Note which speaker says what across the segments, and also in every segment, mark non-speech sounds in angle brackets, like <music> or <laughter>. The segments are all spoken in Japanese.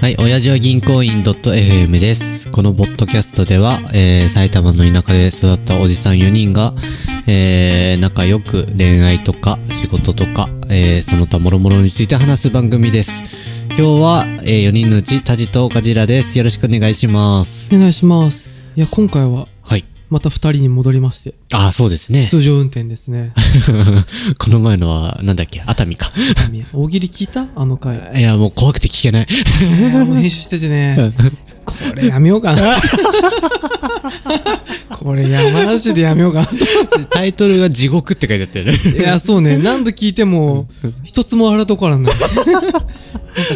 Speaker 1: はい、親父は銀行員 .fm です。このポッドキャストでは、えー、埼玉の田舎で育ったおじさん4人が、えー、仲良く恋愛とか仕事とか、えー、その他諸々について話す番組です。今日は、えー、4人のうち、タジとガジラです。よろしくお願いします。
Speaker 2: お願いしますいや今回は
Speaker 1: はい。
Speaker 2: また2人に戻りまして
Speaker 1: ああ、そうですね。
Speaker 2: 通常運転ですね
Speaker 1: <laughs> この前のは、なんだっけ、熱海か。
Speaker 2: 大喜利聞い <laughs> たあの回
Speaker 1: いや、もう怖くて聞けない。
Speaker 2: いやもう編集しててねこれやめようか <laughs> なこれ山梨でやめようかなと
Speaker 1: <laughs> タイトルが地獄って書いてあったよね。
Speaker 2: いやそうね何度聞いても一つもあれどころなんだなんか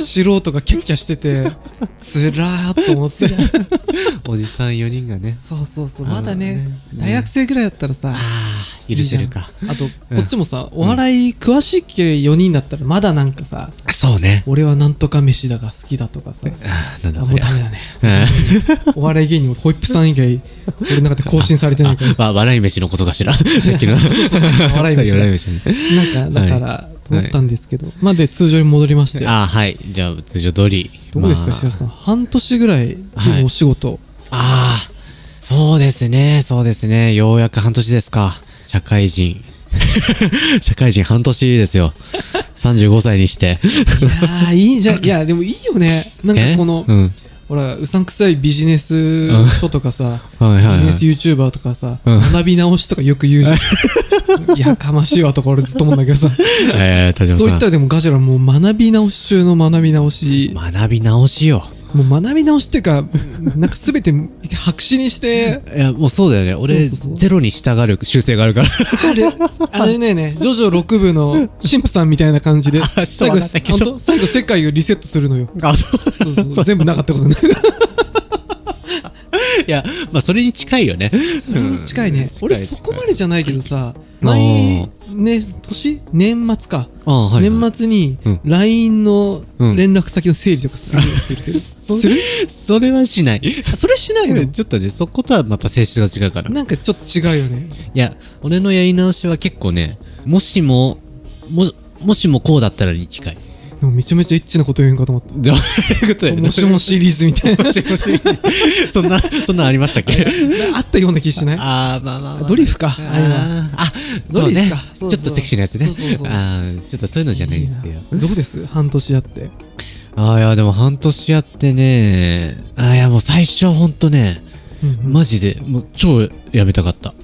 Speaker 2: 素人がキャッキャしててつらーっと思って
Speaker 1: <laughs> おじさん4人がね。
Speaker 2: そうそうそう
Speaker 1: あの
Speaker 2: まだね
Speaker 1: ね
Speaker 2: 大学生ぐらいだったら
Speaker 1: あ
Speaker 2: さ
Speaker 1: あ、許せるか。
Speaker 2: いいじゃんあと、こっちもさお笑い詳しい4人だったらまだなんかさ
Speaker 1: あそうね。
Speaker 2: 俺はなんとか飯だが好きだとかさ。
Speaker 1: <laughs> あなん
Speaker 2: あ
Speaker 1: だそ
Speaker 2: もう
Speaker 1: れ
Speaker 2: ダ。メだね。 <laughs>
Speaker 1: うん
Speaker 2: お笑い芸人もホイップさん以外、俺の中で更新されてないから。
Speaker 1: <laughs> わ、笑い飯のことか
Speaker 2: <laughs>
Speaker 1: しらさっきの。 <laughs>
Speaker 2: 笑い飯だ
Speaker 1: 笑い飯ね。
Speaker 2: なんか、だから、と思ったんですけど。まあで、通常に戻りまして。
Speaker 1: ああ、はい。じゃあ、通常通り。
Speaker 2: どうですか、
Speaker 1: まあ
Speaker 2: 白らさん。半年ぐらい、
Speaker 1: はい
Speaker 2: のお
Speaker 1: <laughs>
Speaker 2: 仕事。
Speaker 1: ああ、そうですね、そうですね。ようやく半年ですか。社会
Speaker 2: <laughs>
Speaker 1: 人。社会人半年ですよ。35歳にして。
Speaker 2: いやー、いいんじゃ、いや、でもいいよね。なんか
Speaker 1: え
Speaker 2: この
Speaker 1: う、ん。
Speaker 2: ほら、うさんくさいビジネス書とかさ、
Speaker 1: はい
Speaker 2: ビ
Speaker 1: はい
Speaker 2: ジ
Speaker 1: は
Speaker 2: ネス
Speaker 1: い。
Speaker 2: YouTuber とかさ、
Speaker 1: うん
Speaker 2: 学び直しとかよく言うじゃん。やかま <laughs> しいわとか俺ずっと思うんだけどさ。
Speaker 1: えー、田島さん。
Speaker 2: そう言ったらでもガジラもう学び直し中の学び直し。
Speaker 1: 学び直しよ。
Speaker 2: もう学び直しっていうか、なんかすべて白紙にして、
Speaker 1: いや、もうそうだよね。俺、
Speaker 2: そうそうそう
Speaker 1: ゼロに従う習性があるから。
Speaker 2: あれ、あれねね、ジョジョ6部の神父さんみたいな感じ
Speaker 1: あ
Speaker 2: で、
Speaker 1: ちょ
Speaker 2: 最
Speaker 1: っと
Speaker 2: 後、
Speaker 1: 笑ったけど
Speaker 2: 本当最後世界をリセットするのよ。
Speaker 1: <laughs> あ、そう。
Speaker 2: そうそう全部なかったことになるから。
Speaker 1: いや、まあ、それに近いよね。
Speaker 2: それに近いね。
Speaker 1: 近い
Speaker 2: 俺そこまでじゃないけどさ、
Speaker 1: うん
Speaker 2: 毎、ね、年年末か。
Speaker 1: ああ、はい、
Speaker 2: 年末に
Speaker 1: うん
Speaker 2: LINE の
Speaker 1: うん
Speaker 2: 連絡先の整理とかするするする
Speaker 1: それはしない。
Speaker 2: あそれしないの
Speaker 1: ちょっとね、そことはまた性質が違う <laughs> から。い
Speaker 2: なんかちょっと違うよね。
Speaker 1: や、俺のやり直しは結構ね、もしも、も、もしもこうだったらに近い。 <laughs>
Speaker 2: でもめちゃめちゃエッチなこと言うんかと思って。
Speaker 1: どういうことだよね
Speaker 2: もしもシリーズみたいな。
Speaker 1: もしもしそんな、そんなんありましたっけ
Speaker 2: <laughs> あったような気しない
Speaker 1: あー、まあまあまあ。
Speaker 2: ドリフか。ああいうのは
Speaker 1: あーあ、そ
Speaker 2: ド
Speaker 1: う
Speaker 2: リ
Speaker 1: ね
Speaker 2: フか。
Speaker 1: ち
Speaker 2: そ
Speaker 1: ょっ
Speaker 2: うそう
Speaker 1: とセクシーなやつね。
Speaker 2: そうそうそう
Speaker 1: あーちょっとそういうのじゃないんですよ。
Speaker 2: いいなどうです半年やって。
Speaker 1: ああ、いや、でも半年やってね、あーいや、もう最初はほんとね、
Speaker 2: うん
Speaker 1: マジで、もう超やめたかった。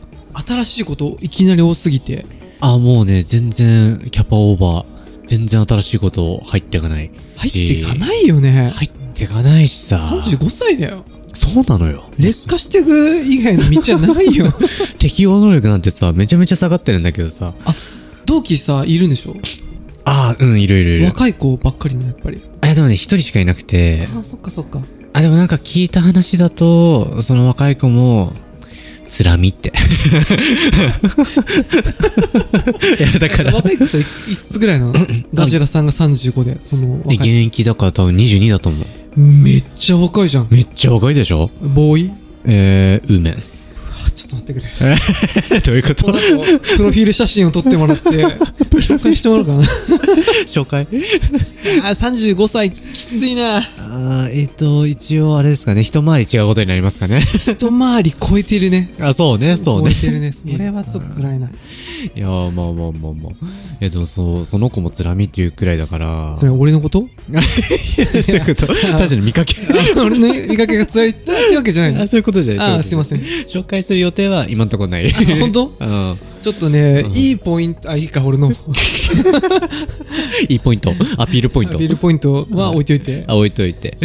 Speaker 2: 新しいこといきなり多すぎて。
Speaker 1: あ、もうね、全然、キャパオーバー。全然新しいこと入っていかない。
Speaker 2: 入っていか
Speaker 1: い
Speaker 2: ないよね。
Speaker 1: 入ってかないしさ。
Speaker 2: 35歳だよ。
Speaker 1: そうなのよ。
Speaker 2: 劣化していく以外の道じゃない <laughs> よ。
Speaker 1: 適応能力なんてさ、めちゃめちゃ下がってるんだけどさ。
Speaker 2: 同期さ、いるんでしょ
Speaker 1: ああ、うん、いるいるいる。
Speaker 2: 若い子ばっかりね、やっぱり。
Speaker 1: あ、いやでもね、一人しかいなくて。
Speaker 2: ああ、そっかそっか。
Speaker 1: あ、でもなんか聞いた話だと、その若い子も、つらみ <laughs> って。いや、だから、
Speaker 2: 若い子さ、いいくつぐらいなのガジラさんが35で、その
Speaker 1: ね現
Speaker 2: 若い。
Speaker 1: 役だから多分22だと思う。
Speaker 2: めっちゃ若いじゃん。
Speaker 1: めっちゃ若いでしょ
Speaker 2: ボーイ
Speaker 1: えー、うめん。
Speaker 2: あちょっと待 <laughs> ってくれ。
Speaker 1: <laughs> どういうこと
Speaker 2: この後、プロフィール写真を撮ってもら <laughs> って、紹介してもらおうかな。
Speaker 1: 紹介
Speaker 2: あー、35歳、きついな。
Speaker 1: あーえっ、と、一応あれですかね、一回り違うことになりますかね。 <laughs>
Speaker 2: 一回り超えてるね。
Speaker 1: あ、そうね、そう
Speaker 2: 超え
Speaker 1: ね。
Speaker 2: てる <laughs> ね。それはちょっと辛いな。
Speaker 1: いやー、まあまあまあまあ。いや、でもそう、その子もつらみっていうくらいだから。
Speaker 2: それ俺のこと <laughs>
Speaker 1: そういう <laughs> こと。確かに見かけ。
Speaker 2: 俺の言いかけが辛いってわけじゃないの
Speaker 1: あ、。そういうことじゃない
Speaker 2: あーすいません。
Speaker 1: うことじゃない紹介する予定は今んとこない。
Speaker 2: あ本当
Speaker 1: うん。
Speaker 2: ちょっとね、いいポイント、あ、いいか、俺の。
Speaker 1: <laughs> いいポイント。アピールポイント
Speaker 2: ビ。ルポイントは置いといて。
Speaker 1: あ、置いといて。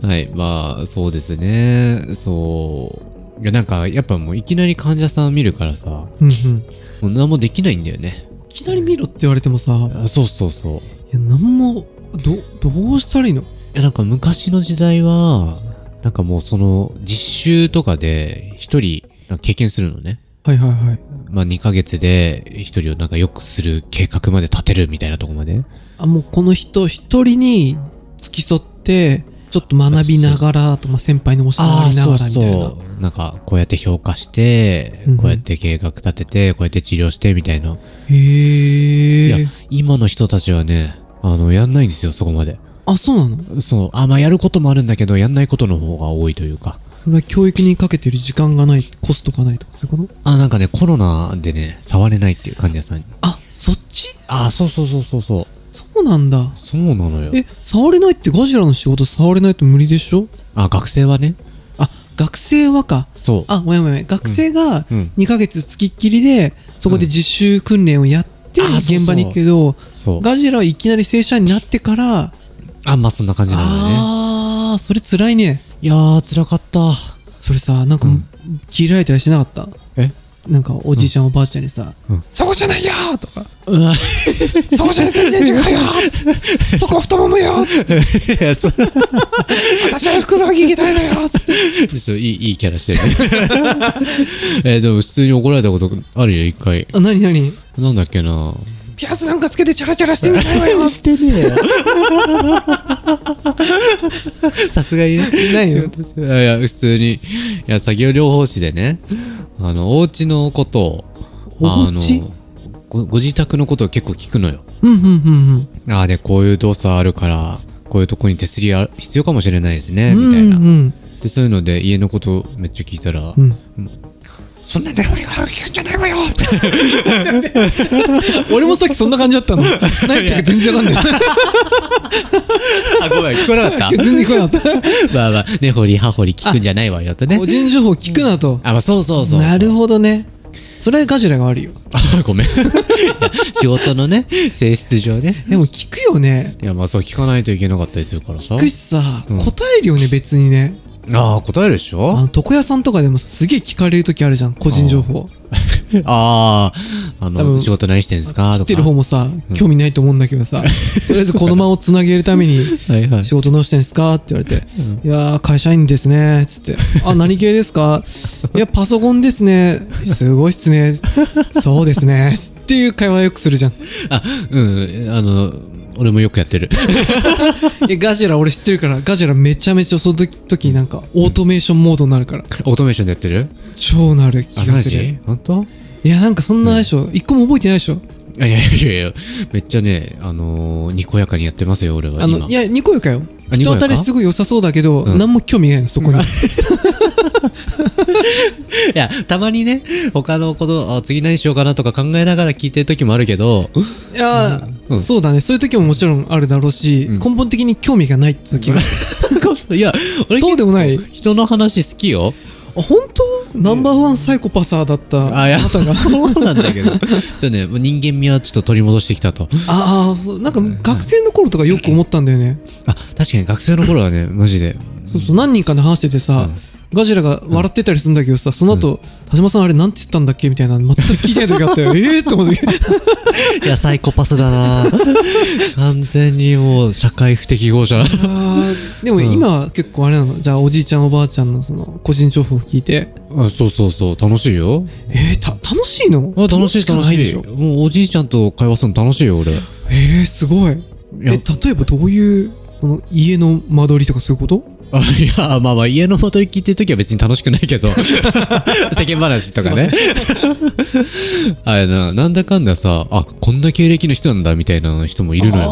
Speaker 1: はい。まあ、そうですね。そう。いや、なんか、やっぱもういきなり患者さん見るからさ、も
Speaker 2: うんうん。いう
Speaker 1: 何もできないんだよね。
Speaker 2: きなり見ろって言われてもさ、い
Speaker 1: あそうそうそう。
Speaker 2: や、なんも、ど、どうしたらいいの
Speaker 1: いや、なんか昔の時代は、なんかもうその、実習とかで、一人、なんか経験するのね。
Speaker 2: はいはいはい。
Speaker 1: まあ、2ヶ月で、一人をなんか良くする計画まで立てるみたいなとこまで。
Speaker 2: あ、もうこの人一人に付き添って、ちょっと学びながら、あと、まあ、先輩に教わりながらみたいな。
Speaker 1: う。なんか、こうやって評価して
Speaker 2: うんうん、
Speaker 1: こうやって計画立てて、こうやって治療して、みたいな。
Speaker 2: へ
Speaker 1: い
Speaker 2: え。
Speaker 1: や、今の人たちはね、あの、やんないんですよ、そこまで。
Speaker 2: あ、そうなの
Speaker 1: そう、あ、まあやることもあるんだけど、やんないことの方が多いというか。
Speaker 2: それは教育にかけてる時間がない、コストがないとか、そういうこと
Speaker 1: あ、なんかね、コロナでね、触れないっていう患者さんに。
Speaker 2: あ、そっち
Speaker 1: あ、そうそうそうそうそう。
Speaker 2: そうなんだ。
Speaker 1: そうなのよ。
Speaker 2: え、触れないってガジラの仕事触れないと無理でしょ
Speaker 1: あ、学生はね。
Speaker 2: あ、学生はか。
Speaker 1: そう。
Speaker 2: あ、ごめんごめんごめん。学生が
Speaker 1: うん
Speaker 2: 2ヶ月付きっきりで、そこで実習訓練をやって、
Speaker 1: あそうそう
Speaker 2: 現場に行くけど、
Speaker 1: そう。
Speaker 2: ガジラはいきなり正社員になってから、
Speaker 1: あ、まあそんな感じなのよね。
Speaker 2: あー、それ辛いね。
Speaker 1: いやー、辛かった。
Speaker 2: それさ、なんか、
Speaker 1: うん
Speaker 2: 切られたりしてなかった
Speaker 1: え <laughs>
Speaker 2: なんか、おじいちゃん、おばあちゃんにさ、
Speaker 1: うん
Speaker 2: そこじゃないよーとか、
Speaker 1: うわ
Speaker 2: そこじゃない全然違うよーそこ太ももよー
Speaker 1: いや、そう。
Speaker 2: 私はふくらはぎ行けたいのよーつって。
Speaker 1: そういい、いいキャラしてるね。え、 <laughs> でも普通に怒られたことあるよ、一回。
Speaker 2: あ、なになに
Speaker 1: <laughs> なんだっけな
Speaker 2: ピアスなんかつけてチャラチャラしてみたいわよーつって
Speaker 1: てねえよ。さすがにね。
Speaker 2: ないよ。
Speaker 1: いや、普通に。いや、作業療法士でね、あの、お家のことを、
Speaker 2: お家
Speaker 1: あのご、ご自宅のことを結構聞くのよ。
Speaker 2: うんうんうんうん。
Speaker 1: ああ、で、こういう動作あるから、こういうとこに手すりあ必要かもしれないですね、 <laughs> みたいな。
Speaker 2: うんうん
Speaker 1: で、そういうので、家のことめっちゃ聞いたら、
Speaker 2: うん。
Speaker 1: そんな料理が早く聞くんじゃないわよ
Speaker 2: 俺もさっきそんな感じ
Speaker 1: <laughs>
Speaker 2: だったの。何言ってるか全然わかんない。
Speaker 1: あ、ごめん、聞こえなかった <laughs>
Speaker 2: <laughs> 全然来なかっ
Speaker 1: まあまあ、ね、掘り葉掘り聞くんじゃないわよと
Speaker 2: た。
Speaker 1: ね
Speaker 2: 個。人情報聞くなと。
Speaker 1: あ、まあ、そうそうそう。
Speaker 2: なる
Speaker 1: ど。
Speaker 2: ほどね。それはガジラが悪いよ。
Speaker 1: <laughs> あ、ごめん。いや <laughs> 仕事のね、性質上ね。
Speaker 2: でも聞くよね。
Speaker 1: いや、まあそう、聞かないといけなかったりするからさ。
Speaker 2: 聞くしさ、
Speaker 1: うん
Speaker 2: 答えるよね、別にね。
Speaker 1: ああ、答えるでしょ
Speaker 2: あの、床屋さんとかでもさすげえ聞かれる時あるじゃん、個人情報。
Speaker 1: ああ、あ
Speaker 2: 多
Speaker 1: の、
Speaker 2: 分
Speaker 1: 仕事何してんですかとか。
Speaker 2: 知ってる方もさ、興味ないと思うんだけど
Speaker 1: <laughs>
Speaker 2: さ、とりあえずこの間をつなげるために、
Speaker 1: はいはい。
Speaker 2: 仕事どうしてんすかって言われて、いやー、会社員ですね、つって。あ、何系です
Speaker 1: <laughs>
Speaker 2: かいや、パソコンですね。すごいっすね。そうですね。っていう会話よくするじゃん。い
Speaker 1: あ、うん、あの、俺もよくやってる。 <laughs>
Speaker 2: や、ガジラ俺知ってるから、ガジラめちゃめちゃその時時なんか、オートメーションモードになるから、
Speaker 1: オートメーションでやってる
Speaker 2: 超なる気がする。
Speaker 1: 本当
Speaker 2: いや、なんかそんなでしょ、一個も覚えてないでしょ。
Speaker 1: いやいやいやいや、めっちゃね、あのー、にこやかにやってますよ、俺は
Speaker 2: あ
Speaker 1: 今。
Speaker 2: の、いや、ニコよかよ。
Speaker 1: あニコ
Speaker 2: 人
Speaker 1: ヨ
Speaker 2: 当
Speaker 1: カ
Speaker 2: たりすごい良さそうだけど、
Speaker 1: うん
Speaker 2: 何も興味ないの、そこに。
Speaker 1: いや、たまにね、他のこと、あ次何しようかなとか考えながら聞いてる時もあるけど、 <laughs>
Speaker 2: いやー、
Speaker 1: うん
Speaker 2: そうだね。そういう時ももちろんあるだろうし、
Speaker 1: うん
Speaker 2: 根本的に興味がないって時が。
Speaker 1: いや、俺
Speaker 2: <laughs> そうでもない。
Speaker 1: 人の話好きよ。
Speaker 2: あ本当ナンバーワンサイコパサーだった。あ
Speaker 1: あ、いや、 <laughs> そうなんだけど。そうね、もう人間味はちょっと取り戻してきたと。
Speaker 2: あー、そうなんか学生の頃とかよく思ったんだよね。
Speaker 1: あ、確かに学生の頃はね、マジで。
Speaker 2: そうそう、何人かで話しててさ、ガジラが笑ってたりするんだけどさ、その後、田島さんあれなんて言ったんだっけみたいな、全く聞いてない時あ
Speaker 1: <laughs>
Speaker 2: ったよ。ええと思って。
Speaker 1: いや、サイコパスだな <laughs> 完全にもう、社会不適合者。
Speaker 2: あーでも今は結構あれなの。じゃあおじいちゃんおばあちゃんのその個人情報を聞いて。
Speaker 1: あそうそうそう、楽しいよ。
Speaker 2: えー、た、楽しいの
Speaker 1: あ楽しい
Speaker 2: く
Speaker 1: 楽
Speaker 2: なで
Speaker 1: しい。
Speaker 2: ょ
Speaker 1: もうおじいちゃんと会話するの楽しいよ、俺。
Speaker 2: えー、すごい。え、
Speaker 1: や
Speaker 2: 例えばどういう、この家の間取りとかそういうこと
Speaker 1: あ <laughs> いや、まあまあ、家の元に聞いてるときは別に楽しくないけ
Speaker 2: <laughs>
Speaker 1: ど、世間話とかね。あれな、なんだかんださ、あ、こんな経歴の人なんだ、みたいな人もいるのよ。
Speaker 2: あ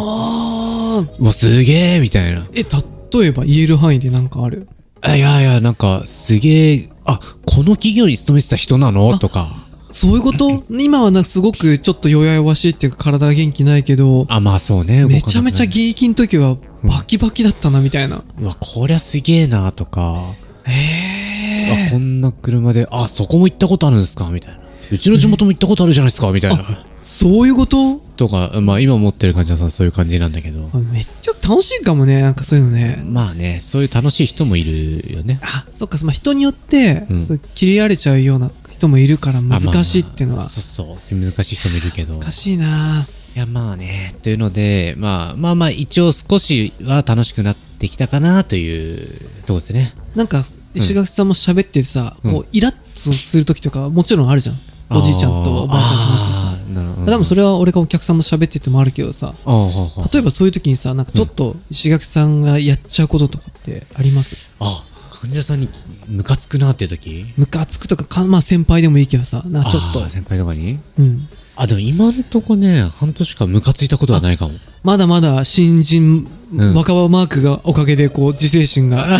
Speaker 2: あ。
Speaker 1: うわ、すげえ、みたいな。
Speaker 2: え、例えば言える範囲でなんかある
Speaker 1: あいやいや、なんか、すげえ、あ、この企業に勤めてた人なのとか。
Speaker 2: そういうこと
Speaker 1: <laughs>
Speaker 2: 今はなんかすごくちょっと弱々しいっていうか体が元気ないけど、
Speaker 1: あ、まあそうね。動かな
Speaker 2: め
Speaker 1: くなる
Speaker 2: ちゃめちゃ現役の時はバキバキだったなみたいな。
Speaker 1: うわ、こりゃすげえな、とか。
Speaker 2: へ
Speaker 1: あ、こんな車で、あ、そこも行ったことあるんですかみたいな。うちの地元も行ったことあるじゃないですかみたいな。
Speaker 2: そういうこと
Speaker 1: とか、まあ今持ってる患者さんそういう感じなんだけど。
Speaker 2: あめっちゃ楽しいかもね、なんかそういうのね。
Speaker 1: まあね、そういう楽しい人もいるよね。
Speaker 2: あ、そっか、まあ、人によって、
Speaker 1: うん
Speaker 2: そう切れられちゃうような人もいるから難しいっていうのは。
Speaker 1: あまあそうそう。難しい人もいるけど。い
Speaker 2: 難しいな
Speaker 1: や、まあね。というので、まあまあまあ、一応少しは楽しくなってきたかなというとこですね。
Speaker 2: なんか、石垣さんも喋っててさ、
Speaker 1: うん
Speaker 2: こう、イラッとする時とかもちろんあるじゃん。おじいちゃんとおばあちゃんの話でさ。
Speaker 1: あーなるほど。
Speaker 2: でもそ
Speaker 1: れ、
Speaker 2: れは俺がお客さんと喋っててもあるけどさ、
Speaker 1: あーはあはあ
Speaker 2: 例えばそういう時にさ、なんかちょっと石垣さんがやっちゃうこととかってあります
Speaker 1: あ、患者さんにムカつくなっていう時
Speaker 2: ムカつくとかか、まあ先輩でもいいけどさ、なんかちょっ
Speaker 1: あー
Speaker 2: と、
Speaker 1: 先輩とかに
Speaker 2: うん。
Speaker 1: あ、でも今んとこね、半年間ムカついたことはないかも。
Speaker 2: まだまだ新人、
Speaker 1: うん
Speaker 2: 若葉マークがおかげでこう自制
Speaker 1: <laughs>
Speaker 2: 心が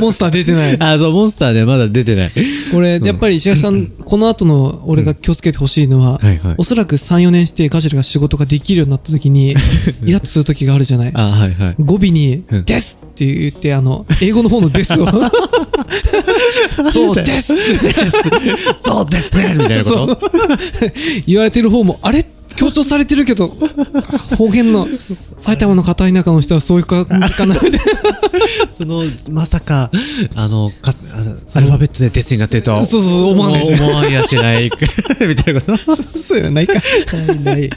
Speaker 2: モンスター出てない
Speaker 1: <laughs> あ、そう、モンスターでまだ出てない。
Speaker 2: これやっぱり石垣さんこの後の俺が気をつけてほしいのは、
Speaker 1: はいはい
Speaker 2: お。そらく34年してガジェルが仕事ができるようになった時にイラッとする時があるじゃない
Speaker 1: あ、はいはい。
Speaker 2: 語尾に
Speaker 1: うん
Speaker 2: 「です」って言ってあの英語の方の「です」
Speaker 1: <laughs>
Speaker 2: をそうです
Speaker 1: <laughs> そうですねみたいなこと
Speaker 2: 言われてる方もあれ強調されてるけど方言の埼玉の片田舎の人はそういう感じかなみたいな
Speaker 1: その、まさか、あの、かあのアルファベットで鉄になってるとは
Speaker 2: <laughs> そうそう思わないし
Speaker 1: 思わんやしない。 <laughs> みたいなこと。
Speaker 2: そうやないか
Speaker 1: ないない。い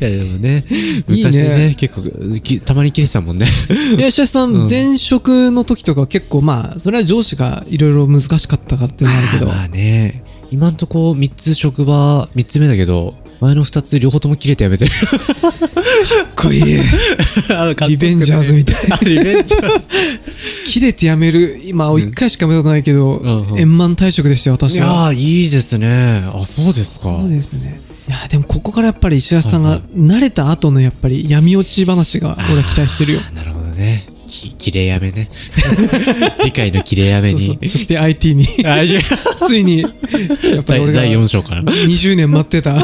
Speaker 1: や、でもね、
Speaker 2: いいね
Speaker 1: 昔ね、結構き、たまに切れてたもんね。
Speaker 2: 吉田さん、前職の時とか結構まあそれは上司がいろいろ難しかったからっていうのもあるけど
Speaker 1: まあね、今んとこ3つ職場、3つ目だけど、前の2つ両方とも切れてやめてる。
Speaker 2: かっこいいリベンジャーズみた <laughs> いな
Speaker 1: リベンジャーズ。
Speaker 2: 切れて辞める今一回しか見たことないけど、
Speaker 1: うんうん
Speaker 2: 円満退職でしたよ
Speaker 1: い
Speaker 2: 私は
Speaker 1: やー、いいですね。あ、そうですか。
Speaker 2: そうですねいやでもここからやっぱり石橋さん
Speaker 1: はい
Speaker 2: が
Speaker 1: は
Speaker 2: 慣れた後のやっぱり闇落ち話が俺は期待 <laughs> してるよ
Speaker 1: あなるほどね。き、切れやめね。 <laughs> 次回の切れやめ
Speaker 2: そうそ
Speaker 1: に
Speaker 2: う。そして IT に
Speaker 1: <laughs> あいや
Speaker 2: ついにやっぱ
Speaker 1: 第
Speaker 2: り <laughs> 俺が
Speaker 1: 第4章から。
Speaker 2: 20年待っ
Speaker 1: <laughs>
Speaker 2: てた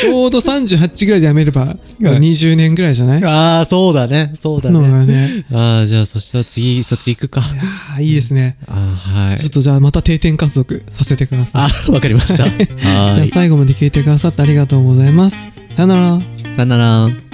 Speaker 2: ちょうど38ぐらいで辞めれば20年ぐらいじゃない
Speaker 1: <laughs> ああ、そうだね。そうだ
Speaker 2: の
Speaker 1: ね。
Speaker 2: がね
Speaker 1: ああ、じゃあ、そしたら次、そっち行くか。
Speaker 2: ああいいですね
Speaker 1: あーはい
Speaker 2: ちょ。っとじゃあまた定点観測させてください
Speaker 1: あーわ
Speaker 2: <laughs>
Speaker 1: かりました。は
Speaker 2: じゃあ
Speaker 1: ー
Speaker 2: 最後まで聞いてくださってありがとうございますさよなら
Speaker 1: い。さよなら。